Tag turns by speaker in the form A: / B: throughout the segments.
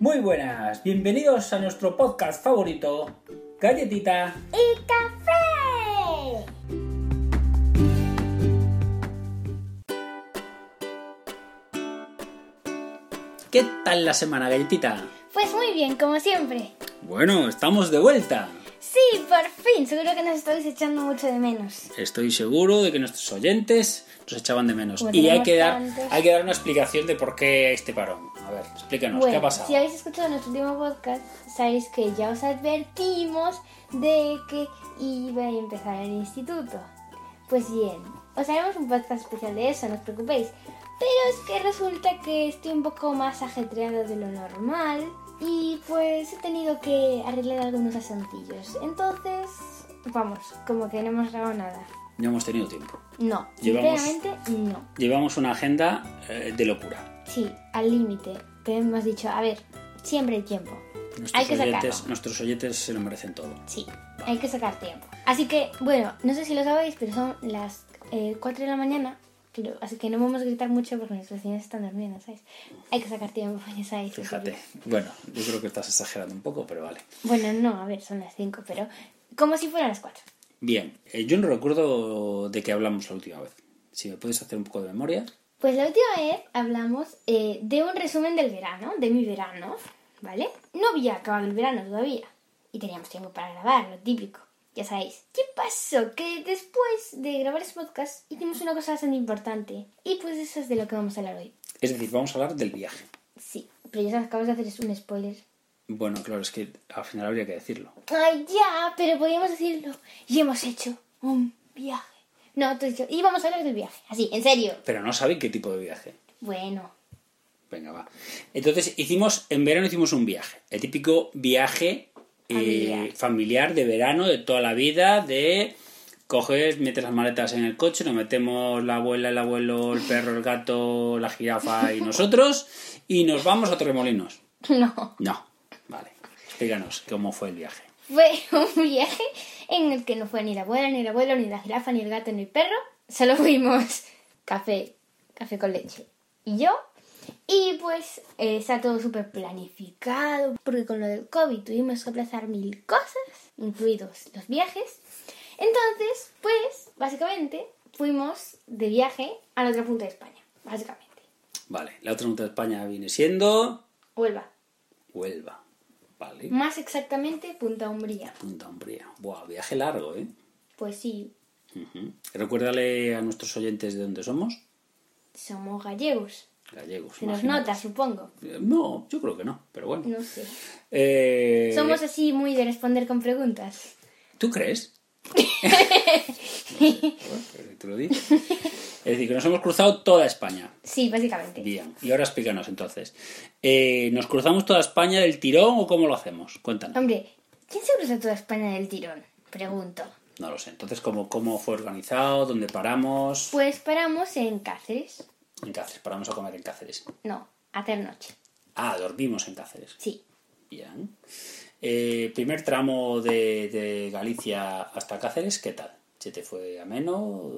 A: Muy buenas, bienvenidos a nuestro podcast favorito, Galletita.
B: y café.
A: ¿Qué tal la semana, Galletita?
B: Pues muy bien, como siempre.
A: Bueno, estamos de vuelta.
B: Sí, por fin. Seguro que nos estáis echando mucho de menos.
A: Estoy seguro de que nuestros oyentes nos echaban de menos.
B: Bueno,
A: y hay que, dar,
B: bastante.
A: hay que dar una explicación de por qué este parón. A ver, explícanos, ¿qué ha
B: bueno,
A: pasado?
B: si habéis escuchado nuestro último podcast, sabéis que ya os advertimos de que iba a empezar el instituto. Pues bien, os haremos un podcast especial de eso, no os preocupéis. Pero es que resulta que estoy un poco más ajetreada de lo normal y pues he tenido que arreglar algunos asuntillos. Entonces, vamos, como que no hemos grabado nada.
A: No hemos tenido tiempo.
B: No,
A: Llevamos-
B: sinceramente no.
A: Llevamos una agenda eh, de locura.
B: Sí, al límite. Pero hemos dicho, a ver, siempre hay tiempo.
A: Nuestros,
B: Hay que
A: oyentes,
B: sacarlo.
A: nuestros oyentes se lo merecen todo.
B: Sí, hay que sacar tiempo. Así que, bueno, no sé si lo sabéis, pero son las eh, 4 de la mañana. pero- así que no vamos a gritar mucho porque nuestros vecinos están durmiendo, ¿sabes? Hay que sacar tiempo, ya sabéis.
A: Fíjate. Bueno, yo creo que estás exagerando un poco, pero vale.
B: Bueno, no, a ver, son las 5, pero como si fueran las 4.
A: Bien, eh, yo no recuerdo de qué hablamos la última vez. Si me puedes hacer un poco de memoria.
B: Pues la última vez hablamos eh, de un resumen del verano, de mi verano, ¿vale? No había acabado el verano todavía y teníamos tiempo para grabar, lo típico, ya sabéis. ¿Qué pasó? Que después de grabar ese podcast hicimos una cosa bastante importante y pues eso es de lo que vamos a hablar hoy.
A: Es decir, vamos a hablar del viaje.
B: Sí, pero ya sabes, acabas de hacer es un spoiler.
A: Bueno, claro, es que al final habría que decirlo.
B: Ay, ya, pero podíamos decirlo. Y hemos hecho un viaje. No, tú has dicho, y vamos a hablar del viaje. Así, en serio.
A: Pero no sabéis qué tipo de viaje.
B: Bueno,
A: Venga, va. Entonces, hicimos, en verano hicimos un viaje. El típico viaje eh,
B: Familiar.
A: familiar de verano, de toda la vida, de coges, metes las maletas en el coche, nos metemos la abuela, el abuelo, el perro, el gato, la jirafa y nosotros, y nos vamos a Torremolinos.
B: no.
A: No. Vale. Explícanos cómo fue el viaje.
B: Fue un viaje en el que no fue ni la abuela, ni el abuelo, ni la jirafa, ni el gato, ni el perro. Solo fuimos café, café con leche y yo. Y pues eh, está todo súper planificado, porque con lo del COVID tuvimos que aplazar mil cosas, incluidos los viajes. Entonces, pues, básicamente, fuimos de viaje a la otra punta de España, básicamente.
A: Vale. La otra nota de España viene siendo
B: Huelva.
A: Huelva. Vale.
B: Más exactamente, Punta Umbría.
A: Punta Umbría. Buah, viaje largo, ¿eh?
B: Pues sí,
A: Ujú. Recuérdale a nuestros oyentes de dónde somos.
B: somos gallegos.
A: Gallegos.
B: Se nos
A: imagino.
B: nota, supongo.
A: Eh, No, yo creo que no, pero bueno.
B: No sé.
A: Eh,
B: Somos así muy de responder con preguntas.
A: ¿Tú crees? Bueno, pero si tú lo dices. Es decir, que nos hemos cruzado toda España.
B: Sí, básicamente.
A: Bien. Y ahora explícanos entonces. Eh, ¿Nos cruzamos toda España del tirón o cómo lo hacemos? Cuéntanos.
B: Hombre, ¿quién se cruza toda España del tirón? Pregunto.
A: No lo sé. Entonces, ¿cómo, cómo fue organizado? ¿Dónde paramos?
B: Pues paramos en Cáceres.
A: En Cáceres. Paramos a comer en Cáceres.
B: No, hacer noche.
A: Ah, dormimos en Cáceres.
B: Sí.
A: Bien. Eh, primer tramo de, de Galicia hasta Cáceres, ¿qué tal? ¿Se te fue ameno?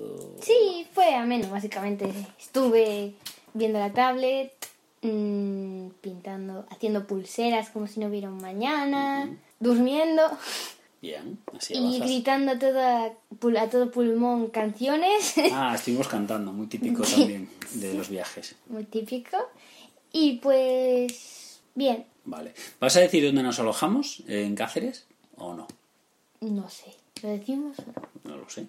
B: Sí, fue ameno, básicamente. Estuve viendo la tablet, mm, pintando, haciendo pulseras como si no hubiera un mañana, durmiendo
A: Bien, así
B: y
A: avanzas.
B: gritando a, toda, pul- a todo pulmón canciones.
A: Ah, estuvimos cantando, muy típico también de los viajes.
B: Muy típico. Y pues. Bien,
A: Vale. ¿Vas a decir dónde nos alojamos? ¿En Cáceres o no?
B: no sé. ¿Lo decimos? o no?
A: No lo sé.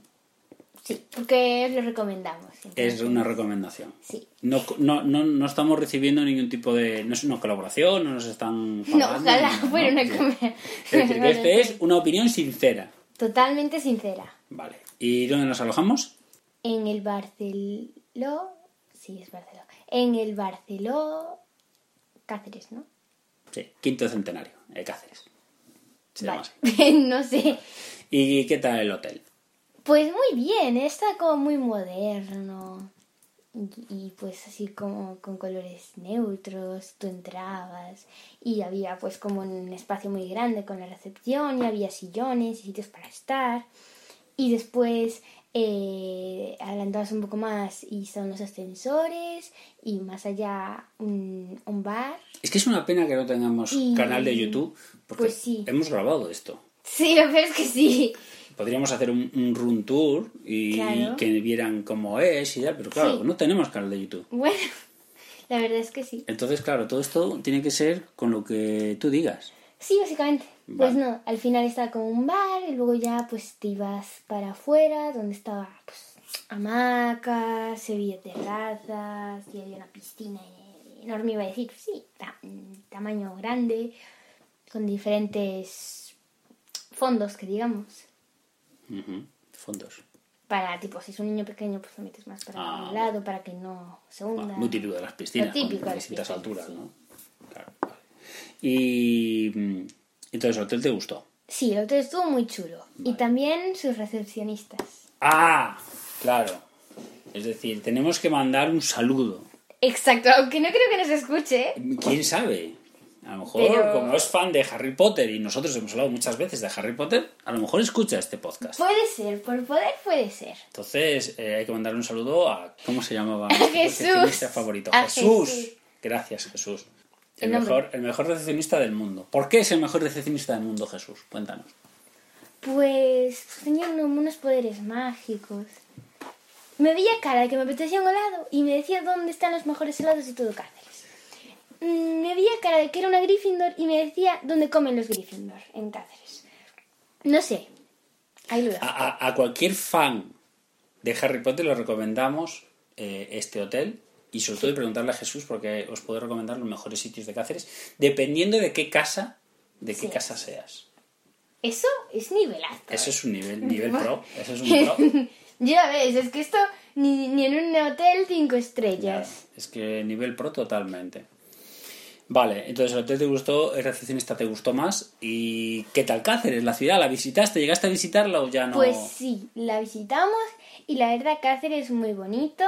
B: Sí, porque lo recomendamos. entonces,
A: Es una recomendación.
B: Sí.
A: No, no, no, no estamos recibiendo ningún tipo de... No es una colaboración, no nos están...
B: No,
A: pagando,
B: ojalá
A: ni nada,
B: fuera
A: Ah, ¿no?
B: una
A: Bien.
B: comedia.
A: Es decir, que este es una opinión sincera.
B: Totalmente sincera.
A: Vale. ¿Y dónde nos alojamos?
B: En el Barceló. Sí, es Barceló. En el Barceló. Cáceres, ¿no?
A: Sí, quinto centenario, de Cáceres. Se llama
B: Vale.
A: así.
B: no sé.
A: ¿Y qué tal el hotel?
B: Pues muy bien, está como muy moderno. Y, y, pues así como con colores neutros, tú entrabas y había pues como un espacio muy grande con la recepción y había sillones y sitios para estar. Y después eh, adelantadas un poco más y son los ascensores y más allá un, un bar.
A: Es que es una pena que no tengamos
B: Y-
A: canal de YouTube, porque
B: pues sí.
A: hemos grabado esto.
B: Sí, lo peor es que sí.
A: Podríamos hacer un, un run tour y
B: Claro.
A: que vieran cómo es y tal, pero claro,
B: Sí.
A: no tenemos canal de YouTube.
B: Bueno, la verdad es que sí.
A: Entonces, claro, todo esto tiene que ser con lo que tú digas.
B: Sí, básicamente.
A: Vale.
B: Pues no, al final estaba como un bar y luego ya pues te ibas para afuera donde estaba pues hamacas, se veía terrazas y había una piscina enorme, iba a decir, sí, ta- tamaño grande, con diferentes fondos que digamos.
A: Ujú, Fondos.
B: Para tipo, si es un niño pequeño pues lo metes más para
A: Ah,
B: un lado para que no se hunda.
A: Bueno, muy típico de las piscinas,
B: Lo
A: con
B: típico de las
A: distintas
B: piscinas,
A: alturas,
B: sí.
A: ¿no? Claro, vale. Y mm, entonces, ¿el hotel te gustó?
B: Sí, el hotel estuvo muy chulo. Y también sus recepcionistas.
A: ¡Ah! Claro. Es decir, tenemos que mandar un saludo.
B: Exacto, aunque no creo que nos escuche. ¿eh?
A: ¿Quién sabe? A lo mejor,
B: Pero-
A: como es fan de Harry Potter y nosotros hemos hablado muchas veces de Harry Potter, a lo mejor escucha este podcast.
B: Puede ser, por poder puede ser.
A: Entonces, eh, hay que mandar un saludo a. ¿Cómo se llamaba?
B: Jesús.
A: recepcionista favorito.
B: A
A: Jesús.
B: Jesús.
A: Gracias, Jesús.
B: El
A: El
B: nombre.
A: mejor, el mejor recepcionista del mundo. ¿Por qué es el mejor recepcionista del mundo, Jesús? Cuéntanos.
B: Pues tenía uno- unos poderes mágicos. Me veía cara de que me apetecía un helado y me decía dónde están los mejores helados de todo Cáceres. Mm, Me veía cara de que era una Gryffindor y me decía dónde comen los Gryffindor en Cáceres. No sé. Ahí lo dejo.
A: A, a- a cualquier fan de Harry Potter le recomendamos eh, este hotel y sobre todo preguntarle a Jesús porque os puedo recomendar los mejores sitios de Cáceres dependiendo de qué casa de qué
B: Sí.
A: casa seas.
B: Eso es nivelazo.
A: Eso es un nivel nivel pro, eso es un pro.
B: ¿eh? ya ves, es que esto ni, ni en un hotel cinco
A: Nada,
B: estrellas.
A: es que nivel pro totalmente. Vale, entonces el hotel te gustó, el recepcionista te gustó más y ¿qué tal Cáceres? La ciudad, ¿la visitaste? ¿Llegaste a visitarla o ya no?
B: Pues sí, la visitamos y la verdad Cáceres es muy bonito.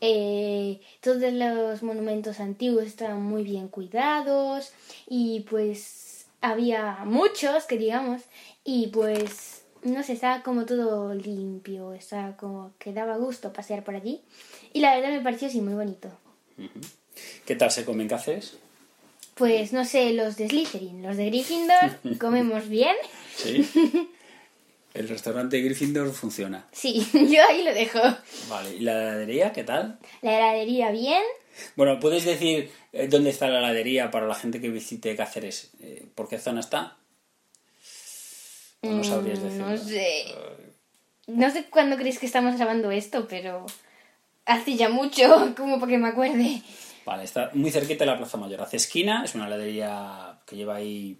B: eh, todos los monumentos antiguos estaban muy bien cuidados y pues había muchos que digamos y pues no sé, estaba como todo limpio, estaba como que daba gusto pasear por allí y la verdad me pareció sí muy bonito.
A: ¿Qué tal se come en Cáceres?
B: Pues no sé, los de Slytherin, los de Gryffindor, comemos bien.
A: Sí. El restaurante Gryffindor funciona.
B: Sí, yo ahí lo dejo.
A: Vale, ¿y la heladería qué tal?
B: La heladería bien.
A: Bueno, ¿puedes decir eh, dónde está la heladería para la gente que visite Cáceres? Eh, ¿Por qué zona está? O no sabrías
B: Mm,
A: decirlo.
B: No sé. No sé cuándo creéis que estamos grabando esto, pero hace ya mucho, como para que me acuerde.
A: Vale, está muy cerquita de la Plaza Mayor. Hace esquina, es una heladería que lleva ahí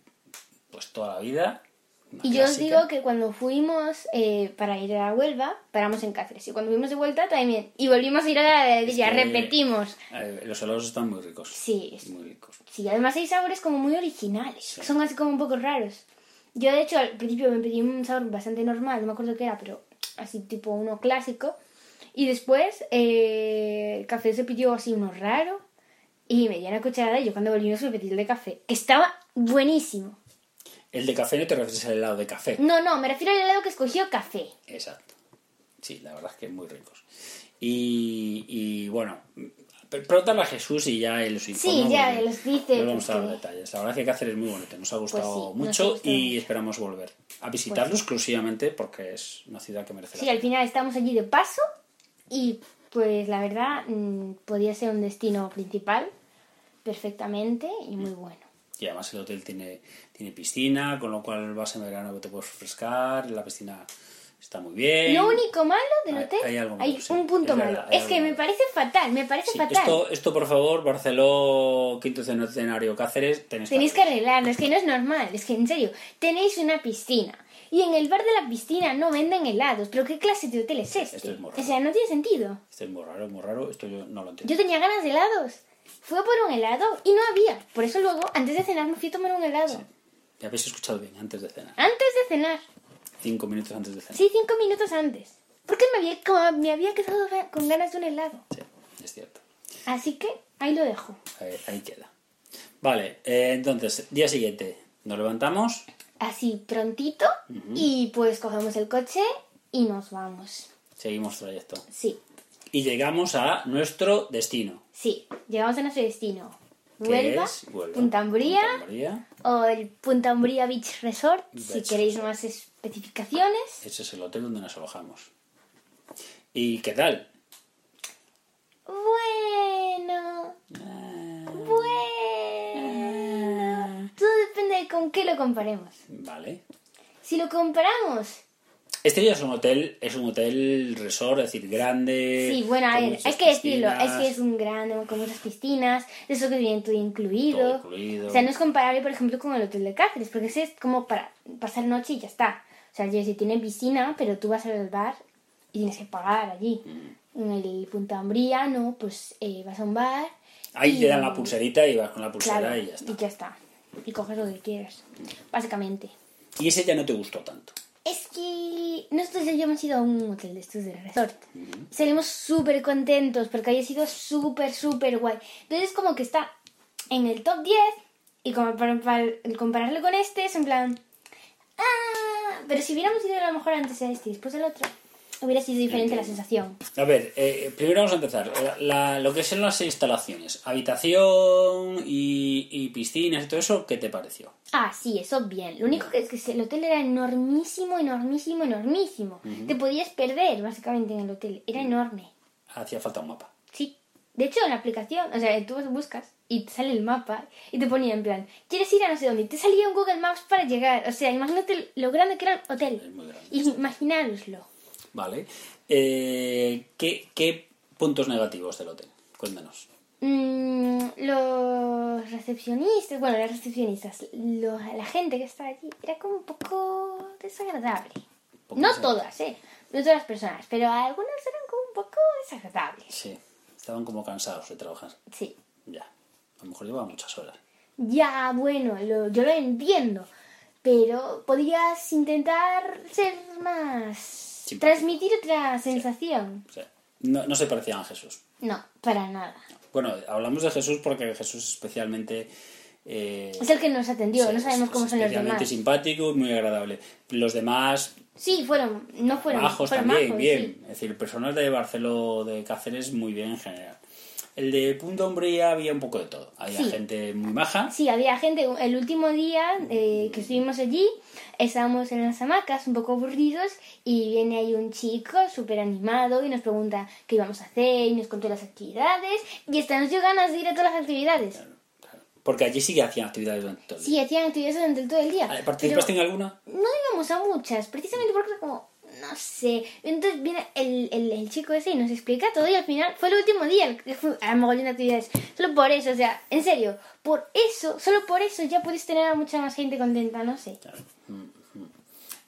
A: pues toda la vida. una
B: Y yo os
A: clásica.
B: digo que cuando fuimos eh, para ir a Huelva, paramos en Cáceres. Y cuando fuimos de vuelta también. Y volvimos a ir a la heladería,
A: Es que-
B: repetimos.
A: Eh, los helados están muy ricos.
B: Sí, es-
A: Muy ricos.
B: sí, además hay sabores como muy originales.
A: Sí.
B: Son así como un poco raros. Yo de hecho al principio me pedí un sabor bastante normal, no me acuerdo qué era, pero así tipo uno clásico. Y después eh, el café se pidió así uno raro. Y me di una cucharada y yo cuando volvimos me pedí el de café, que estaba buenísimo.
A: El de café no te refieres al helado de café.
B: No, no, me refiero al helado que escogió café.
A: Exacto. Sí, la verdad es que muy ricos. Y, y, bueno, pre- preguntarle a Jesús y ya él os informa.
B: Sí, ya
A: porque
B: él os dice,
A: no vamos a dar
B: porque- Pues
A: detalles. La verdad es que Cáceres es muy bonito, nos ha gustado
B: sí, nos ha
A: mucho y
B: gustado mucho. Pues
A: esperamos volver a visitarlo exclusivamente porque es una ciudad que merece la
B: Sí, al final estamos allí de paso y pues la verdad mm, podía ser un destino principal perfectamente y muy bueno.
A: Y además el hotel tiene, tiene piscina, con lo cual vas en verano que te puedes refrescar, la piscina está muy bien.
B: Lo único malo del
A: Hay-
B: hotel,
A: hay
B: hay,
A: algo malo, sí.
B: un punto
A: Es
B: malo.
A: verdad, hay
B: es
A: algo
B: que me
A: malo.
B: parece fatal, me parece
A: Sí,
B: fatal.
A: esto, esto, por favor, Barceló, quinto centenario Cáceres, tenéis,
B: Tenéis que arreglarlo, es que no es normal, es que en serio, tenéis una piscina y en el bar de la piscina no venden helados, pero ¿qué clase de hotel es este?
A: Esto es morro.
B: o sea, no tiene sentido.
A: Esto es muy raro, es muy raro, esto yo no lo entiendo.
B: Yo tenía ganas de helados, fue por un helado y no había, por eso luego, antes de cenar me fui a tomar un helado.
A: Ya habéis escuchado bien, antes de cenar.
B: Antes de cenar,
A: Cinco minutos antes de cenar.
B: sí, cinco minutos antes, porque me había, como me había quedado ga- con ganas de un helado.
A: Sí, es cierto.
B: Así que ahí lo dejo.
A: Ahí, ahí queda. Vale, eh, entonces, día siguiente. Nos levantamos.
B: así prontito y pues cogemos el coche y nos vamos.
A: Seguimos trayecto.
B: Sí,
A: Y llegamos a nuestro destino.
B: sí. Llegamos a nuestro destino.
A: que
B: Huelva,
A: es Huelva,
B: Punta Umbría
A: Punta Umbría.
B: o el Punta Umbría Beach Resort, si
A: Beach
B: queréis más especificaciones.
A: Ese es el hotel donde nos alojamos. ¿Y qué tal?
B: Bueno, Ah.
A: Mm.
B: bueno. Todo depende de con qué lo comparemos.
A: Vale.
B: Si lo comparamos,
A: Este ya es un hotel, es un hotel resort, es decir, grande.
B: sí, bueno, a
A: con
B: ver,
A: muchas
B: hay que decirlo, es
A: piscinas.
B: que es un grano con muchas piscinas, de eso que viene todo
A: Todo
B: incluido.
A: incluido.
B: O sea, no es comparable, por ejemplo, con el hotel de Cáceres, porque ese es como para pasar noche y ya está. O sea, yo si tiene piscina, pero tú vas al bar y tienes que pagar allí.
A: Mm.
B: En el Punta Umbría, no, pues eh, vas a un bar,
A: Ahí te dan la pulserita y vas con la pulsera
B: claro,
A: y ya está.
B: y ya está. Y coges lo que quieras, básicamente.
A: Y ese ya no te gustó tanto.
B: Es que nosotros ya habíamos ido a un hotel de estos del resort. Salimos súper contentos porque había sido súper, súper guay. Entonces como que está en el top 10 y como para, para el compararlo con este es en plan... "Ah", Pero si hubiéramos ido a lo mejor antes a este y después al otro, hubiera sido diferente la sensación.
A: A ver, eh, primero vamos a empezar. La- la- lo que son las instalaciones, habitación y, y piscinas y todo eso, ¿qué te pareció?
B: Ah, sí, eso bien. Lo único que es que el hotel era enormísimo, enormísimo, enormísimo. Te podías perder básicamente en el hotel. Era enorme.
A: Hacía falta un mapa.
B: Sí. De hecho, en la aplicación, o sea, tú buscas y te sale el mapa y te ponía en plan, ¿quieres ir a no sé dónde? Y te salía un Google Maps para llegar. O sea, imagínate lo grande que era el
A: Es
B: hotel.
A: muy grande.
B: Imaginároslo.
A: Vale. Eh, ¿qué, qué puntos negativos del hotel? Cuéntanos.
B: Mm, los recepcionistas, bueno, las recepcionistas, lo- la gente que estaba allí era como un poco desagradable.
A: poco
B: No
A: desagradable.
B: todas, ¿eh? No todas las personas, pero algunas eran como un poco desagradables.
A: Sí, estaban como cansados de trabajar.
B: Sí.
A: Ya. A lo mejor llevaba muchas horas.
B: Ya, bueno, lo- yo lo entiendo. Pero podías intentar ser más.
A: Simpático.
B: transmitir otra sensación.
A: O sea, no, no se parecían a Jesús.
B: No, para nada.
A: Bueno, hablamos de Jesús porque Jesús especialmente... eh,
B: Es el que nos atendió,
A: sí,
B: no sabemos
A: es
B: cómo son los
A: especialmente
B: demás.
A: simpático y muy agradable. Los demás
B: Sí, fueron, no fueron.
A: bajos
B: fueron
A: también,
B: majos,
A: bien.
B: sí.
A: Es decir, personas de Barceló, de Cáceres, muy bien en general. El de Punta Umbría había un poco de todo. Había
B: Sí.
A: gente muy maja.
B: Sí, había gente. El último día eh, que estuvimos allí, estábamos en las hamacas, un poco aburridos, y viene ahí un chico súper animado y nos pregunta qué íbamos a hacer, y nos contó las actividades, y hasta nos dio ganas de ir a todas las actividades.
A: Porque allí sí que hacían actividades durante todo el día.
B: Sí, hacían actividades durante todo el día.
A: Vale, ¿Participaste en alguna?
B: pero No íbamos a muchas, precisamente porque era como, no sé. Entonces viene el, el- el chico ese y nos explica todo y al final fue el último día el que fue a mogollón de actividades. Solo por eso, o sea, en serio, por eso, solo por eso ya puedes tener a mucha más gente contenta, no sé.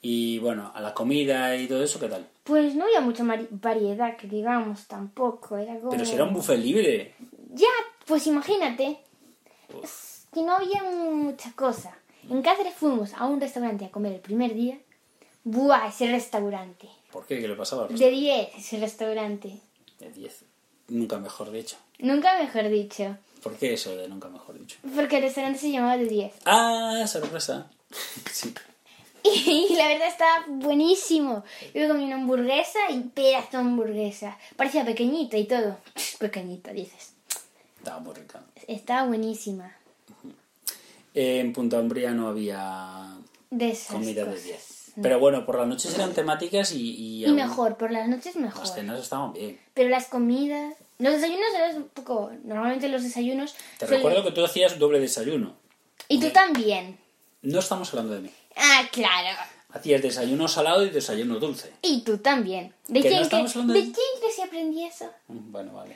A: Y bueno, a la comida y todo eso, ¿qué tal?
B: Pues no había mucha mari- variedad, que digamos, tampoco. Era como...
A: Pero si era un buffet libre.
B: Ya, pues imagínate. Es que no había mucha cosa. En Cáceres fuimos a un restaurante a comer el primer día. Buah, ese restaurante.
A: ¿Por qué? ¿Qué le pasaba? Pues,
B: De 10 ese restaurante.
A: De 10. Nunca mejor dicho.
B: Nunca mejor dicho.
A: ¿Por qué eso de nunca mejor dicho?
B: Porque el restaurante se llamaba de 10.
A: ¡Ah! ¡Sorpresa! sí.
B: Y la verdad estaba buenísimo. Yo me comí una hamburguesa y pedazo de hamburguesa. Parecía pequeñita y todo. Pequeñita, dices.
A: Estaba muy rica.
B: Estaba buenísima.
A: En Punta Umbría no había
B: De esas
A: comida de
B: cosas. Mm.
A: 10. Pero bueno, por las noches eran temáticas y... Y,
B: Y
A: aún
B: mejor, por las noches mejor.
A: Las cenas estaban bien.
B: Pero las comidas. Los desayunos eran un poco. Normalmente los desayunos.
A: Te
B: suelen-
A: recuerdo que tú hacías doble desayuno.
B: Y tú también.
A: No estamos hablando de mí.
B: Ah, claro.
A: Hacías desayuno salado y desayuno dulce.
B: Y tú también. ¿De
A: Que no
B: quién
A: estamos hablando
B: de
A: de-
B: quién crees que aprendí eso?
A: Mm, Bueno, vale.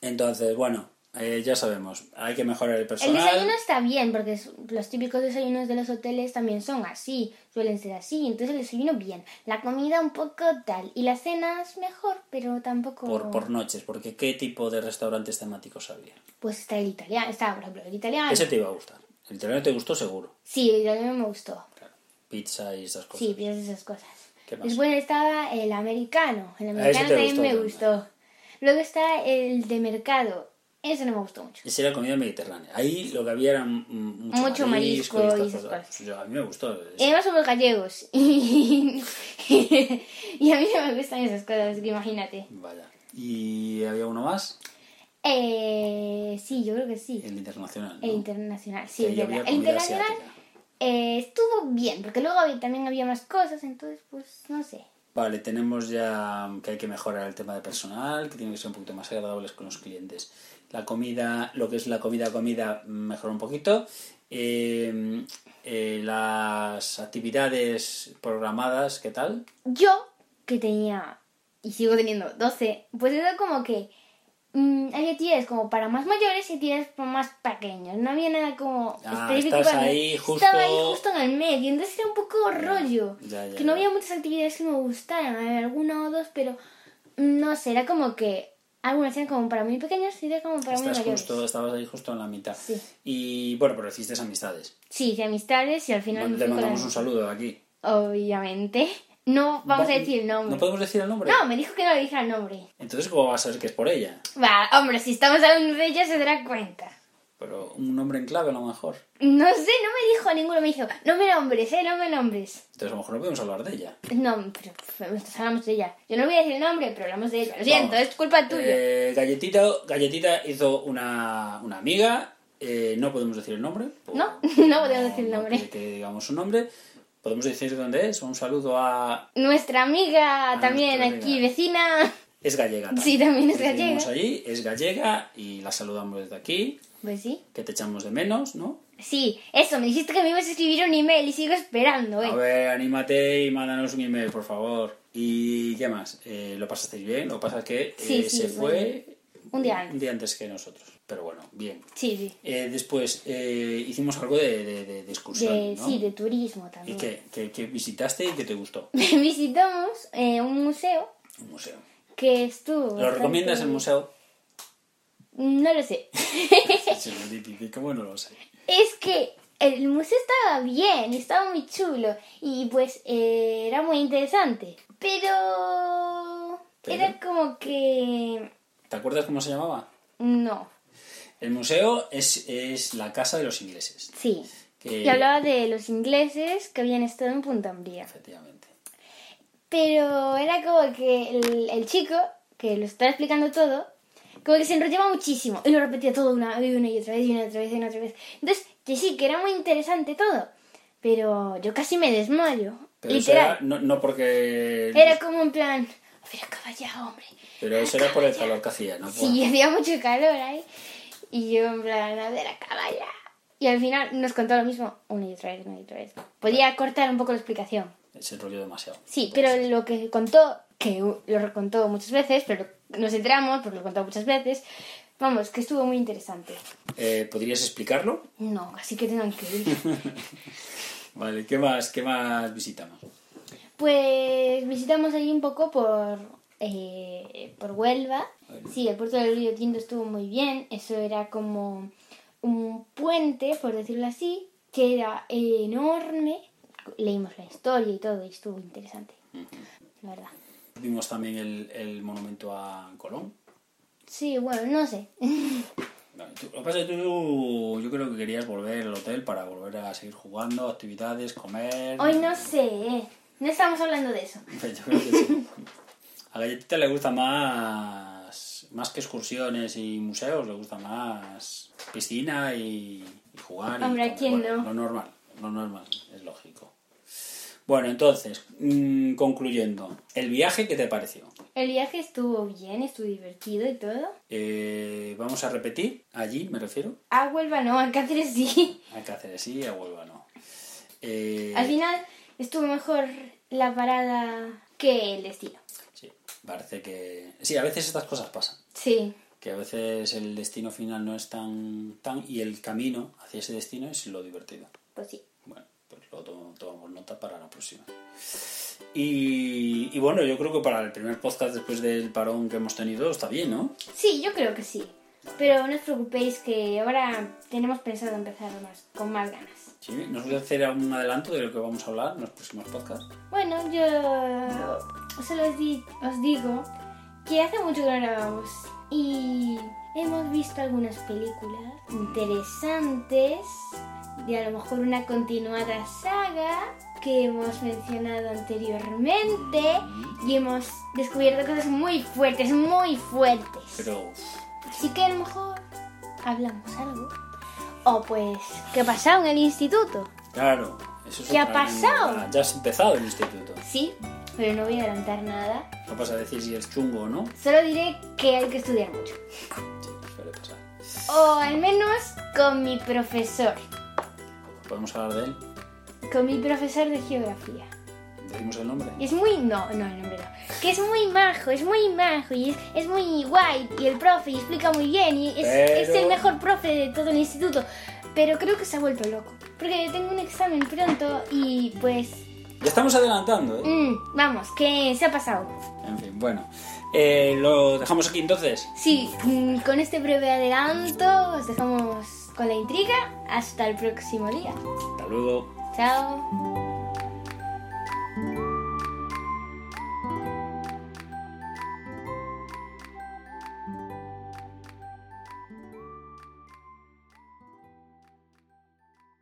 A: Entonces, bueno, eh, ya sabemos. Hay que mejorar el
B: El desayuno
A: personal.
B: está bien, porque es- los típicos desayunos de los hoteles también son así, suelen ser así, entonces el desayuno bien, la comida un poco tal, y las cenas mejor, pero tampoco...
A: Por, por noches, porque ¿qué tipo de restaurantes temáticos había?
B: Pues está el italiano, está por ejemplo el italiano.
A: Ese te iba a gustar. El italiano te gustó seguro.
B: Sí, el italiano me gustó.
A: Claro. Pizza y esas cosas.
B: Sí, piensas esas cosas.
A: ¿Qué más?
B: Después estaba el americano. El
A: ese
B: americano
A: te
B: también
A: gustó
B: me
A: también.
B: gustó. Luego está el de mercado. Eso no me gustó mucho.
A: Esa era comida mediterránea. Ahí lo que había era mm, mucho,
B: Mucho marisco
A: y
B: y
A: estas
B: esas
A: cosas.
B: cosas. Eh.
A: Yo- a mí me gustó.
B: Y además somos gallegos. Y, y a mí no me gustan esas cosas, así que imagínate.
A: Vaya. ¿Y había uno más?
B: Eh, sí, yo creo que sí.
A: El internacional. ¿no?
B: El internacional, sí,
A: Que
B: es
A: ahí había
B: verdad. El
A: comida
B: internacional
A: asiática.
B: eh, estuvo bien, porque luego había- también había más cosas, entonces, pues, no sé.
A: Vale, tenemos ya que hay que mejorar el tema de personal, que tienen que ser un poquito más agradables con los clientes. La comida, lo que es la comida, comida, mejora un poquito. Eh, eh, las actividades programadas, ¿qué tal?
B: Yo, que tenía, y sigo teniendo 12, pues era como que mm, había actividades como para más mayores y actividades para más pequeños. No había nada como
A: Ah,
B: específico
A: estabas
B: para mí.
A: ahí justo-
B: Estaba ahí justo en el medio, entonces era un poco rollo.
A: ya, ya,
B: que no
A: ya.
B: había muchas actividades que me gustaran, había alguna o dos, pero mm, no sé, era como que algunas eran como para muy pequeños y otras como para muy
A: Estás
B: mayores.
A: justo, estabas ahí justo en la mitad.
B: Sí.
A: Y bueno, pero hiciste amistades.
B: Sí, de amistades y al final me
A: Le
B: fui con
A: mandamos
B: la-
A: un saludo de aquí.
B: Obviamente. No vamos a
A: Va-
B: decir el nombre.
A: ¿No podemos decir el nombre?
B: No, me dijo que no le dijera el nombre.
A: Entonces, ¿cómo vas a saber que es por ella?
B: Va, hombre, si estamos hablando de ella se dará cuenta.
A: Pero un nombre en clave a lo mejor.
B: No sé, no me dijo ninguno, me dijo, no me nombres, eh, no me nombres.
A: Entonces, a lo mejor no podemos hablar de ella.
B: No, pero pues, pff, nosotros hablamos de ella. Yo no voy a decir el nombre, pero hablamos de ella. Lo siento,
A: Vamos.
B: es culpa tuya.
A: Eh, Galletita, Galletita hizo una, una amiga, eh, no podemos decir el nombre. por-
B: No, no podemos decir el nombre.
A: quiere que digamos su nombre. Podemos decir dónde es. Un saludo a...
B: Nuestra amiga
A: Ah,
B: también
A: nuestra
B: aquí,
A: amiga.
B: vecina.
A: Es gallega.
B: Sí, también es
A: Estuvimos
B: gallega.
A: allí, es gallega y la saludamos desde aquí,
B: Pues sí.
A: que te echamos de menos, ¿no?
B: Sí, eso, me dijiste que me ibas a escribir un email y sigo esperando,
A: A
B: eh.
A: ver, anímate y mándanos un email, por favor. ¿Y qué más? Eh, ¿Lo pasasteis bien? Lo que pasa es que eh,
B: Sí, sí,
A: se fue
B: Un día antes.
A: un día antes que nosotros. Pero bueno, bien.
B: Sí, sí.
A: Eh, después eh, hicimos algo de, de, de- de excursión,
B: De-
A: ¿no?
B: Sí, de turismo
A: ¿Y
B: también.
A: qué, qué- qué visitaste y qué te gustó?
B: Visitamos eh, un museo
A: Un museo.
B: que estuvo...
A: ¿Lo recomiendas el
B: bastante-
A: museo?
B: Mm, No lo sé.
A: Sí, lo típico, bueno, lo sé.
B: Es que el museo estaba bien, estaba muy chulo y pues eh, era muy interesante. Pero era como que...
A: ¿Te acuerdas cómo se llamaba?
B: No,
A: El museo es, es la casa de los ingleses.
B: sí.
A: Que,
B: Y hablaba de los ingleses que habían estado en Punta Umbría.
A: Efectivamente.
B: Pero era como que el, el chico, que lo estaba explicando todo, como que se enrollaba muchísimo y lo repetía todo una, y una y otra vez y una y otra vez y una y otra vez. Entonces, que sí, que era muy interesante todo. Pero yo casi me desmayo.
A: Pero eso
B: literal.
A: era, no, no porque...
B: Era como en plan, pero acaba ya, hombre.
A: Pero eso era por el calor que hacía, ¿no? Por-
B: Sí, hacía mucho calor ahí. Y yo en plan, a ver, acaba ya. Y al final nos contó lo mismo una y otra vez, una y otra vez. Podía cortar un poco la explicación.
A: Ese rollo demasiado.
B: Sí, pero lo que contó, que lo recontó muchas veces, pero nos enteramos porque lo contó muchas veces, vamos, que estuvo muy interesante.
A: Eh, ¿Podrías explicarlo?
B: No, así que tengan que ir.
A: Vale, ¿qué más, qué más visitamos?
B: Pues visitamos allí un poco por, eh, por Huelva. Sí, el puerto del río Tinto estuvo muy bien. Eso era como un puente, por decirlo así, que era enorme. Leímos la historia y todo, y estuvo interesante. La verdad.
A: Vimos también el, el monumento a Colón.
B: Sí, bueno, no sé.
A: Vale, tú- Lo que pasa es que tú yo creo que querías volver al hotel para volver a seguir jugando, actividades, comer.
B: Hoy no sé, ¿eh? No estamos hablando de eso.
A: Yo creo que sí. A Galletita le gusta más, más que excursiones y museos, le gusta más piscina y, y jugar. y
B: Hombre, ¿a
A: comer.
B: quién
A: Bueno,
B: no?
A: Lo normal, lo normal, es lógico. Bueno, entonces, mm, concluyendo, ¿el viaje qué te pareció?
B: El viaje estuvo bien, estuvo divertido y todo.
A: Eh, vamos a repetir, allí me refiero,
B: A Huelva Ah, no, a Cáceres sí.
A: a Cáceres sí, a Huelva no. Eh,
B: Al final estuvo mejor la parada que el destino.
A: Sí, parece que... Sí, a veces estas cosas pasan.
B: Sí,
A: que a veces el destino final no es tan tan y el camino hacia ese destino es lo divertido.
B: pues sí.
A: Bueno, pues lo to- tomamos nota para la próxima. Y, y bueno, yo creo que para el primer podcast después del parón que hemos tenido está bien, ¿no?
B: Sí, yo creo que sí. Pero no os preocupéis que ahora tenemos pensado empezar más, con más ganas.
A: Sí, ¿Nos voy a hacer algún adelanto de lo que vamos a hablar en los próximos podcasts?
B: Bueno, yo solo os, di- os digo que hace mucho que no grabamos y hemos visto algunas películas interesantes de a lo mejor una continuada saga que hemos mencionado anteriormente y hemos descubierto cosas muy fuertes, muy fuertes.
A: Pero
B: Así que a lo mejor hablamos algo. O pues, ¿qué ha pasado en el instituto?
A: claro, eso es
B: ¿Qué ha
A: otra gran
B: pasado?
A: novedad. Ya has empezado el instituto.
B: Sí, pero no voy a adelantar nada.
A: No vas a decir si es chungo o no.
B: Solo diré que hay que estudiar mucho.
A: Sí, pues suele pasar.
B: O al menos con mi profesor.
A: Podemos hablar de él.
B: Con mi profesor de geografía.
A: Decimos el nombre.
B: Y es muy... No, no, el nombre no. Que es muy majo, es muy majo y es, es muy guay. Y el profe y explica muy bien y es,
A: Pero-
B: es el mejor profe de todo el instituto. Pero creo que se ha vuelto loco. Porque tengo un examen pronto y pues...
A: Ya estamos adelantando, ¿eh?
B: mm, vamos, que se ha pasado.
A: En fin, bueno. Eh, lo dejamos aquí entonces.
B: Sí, mm, con este breve adelanto os dejamos con la intriga. Hasta el próximo día.
A: Hasta luego.
B: Chao.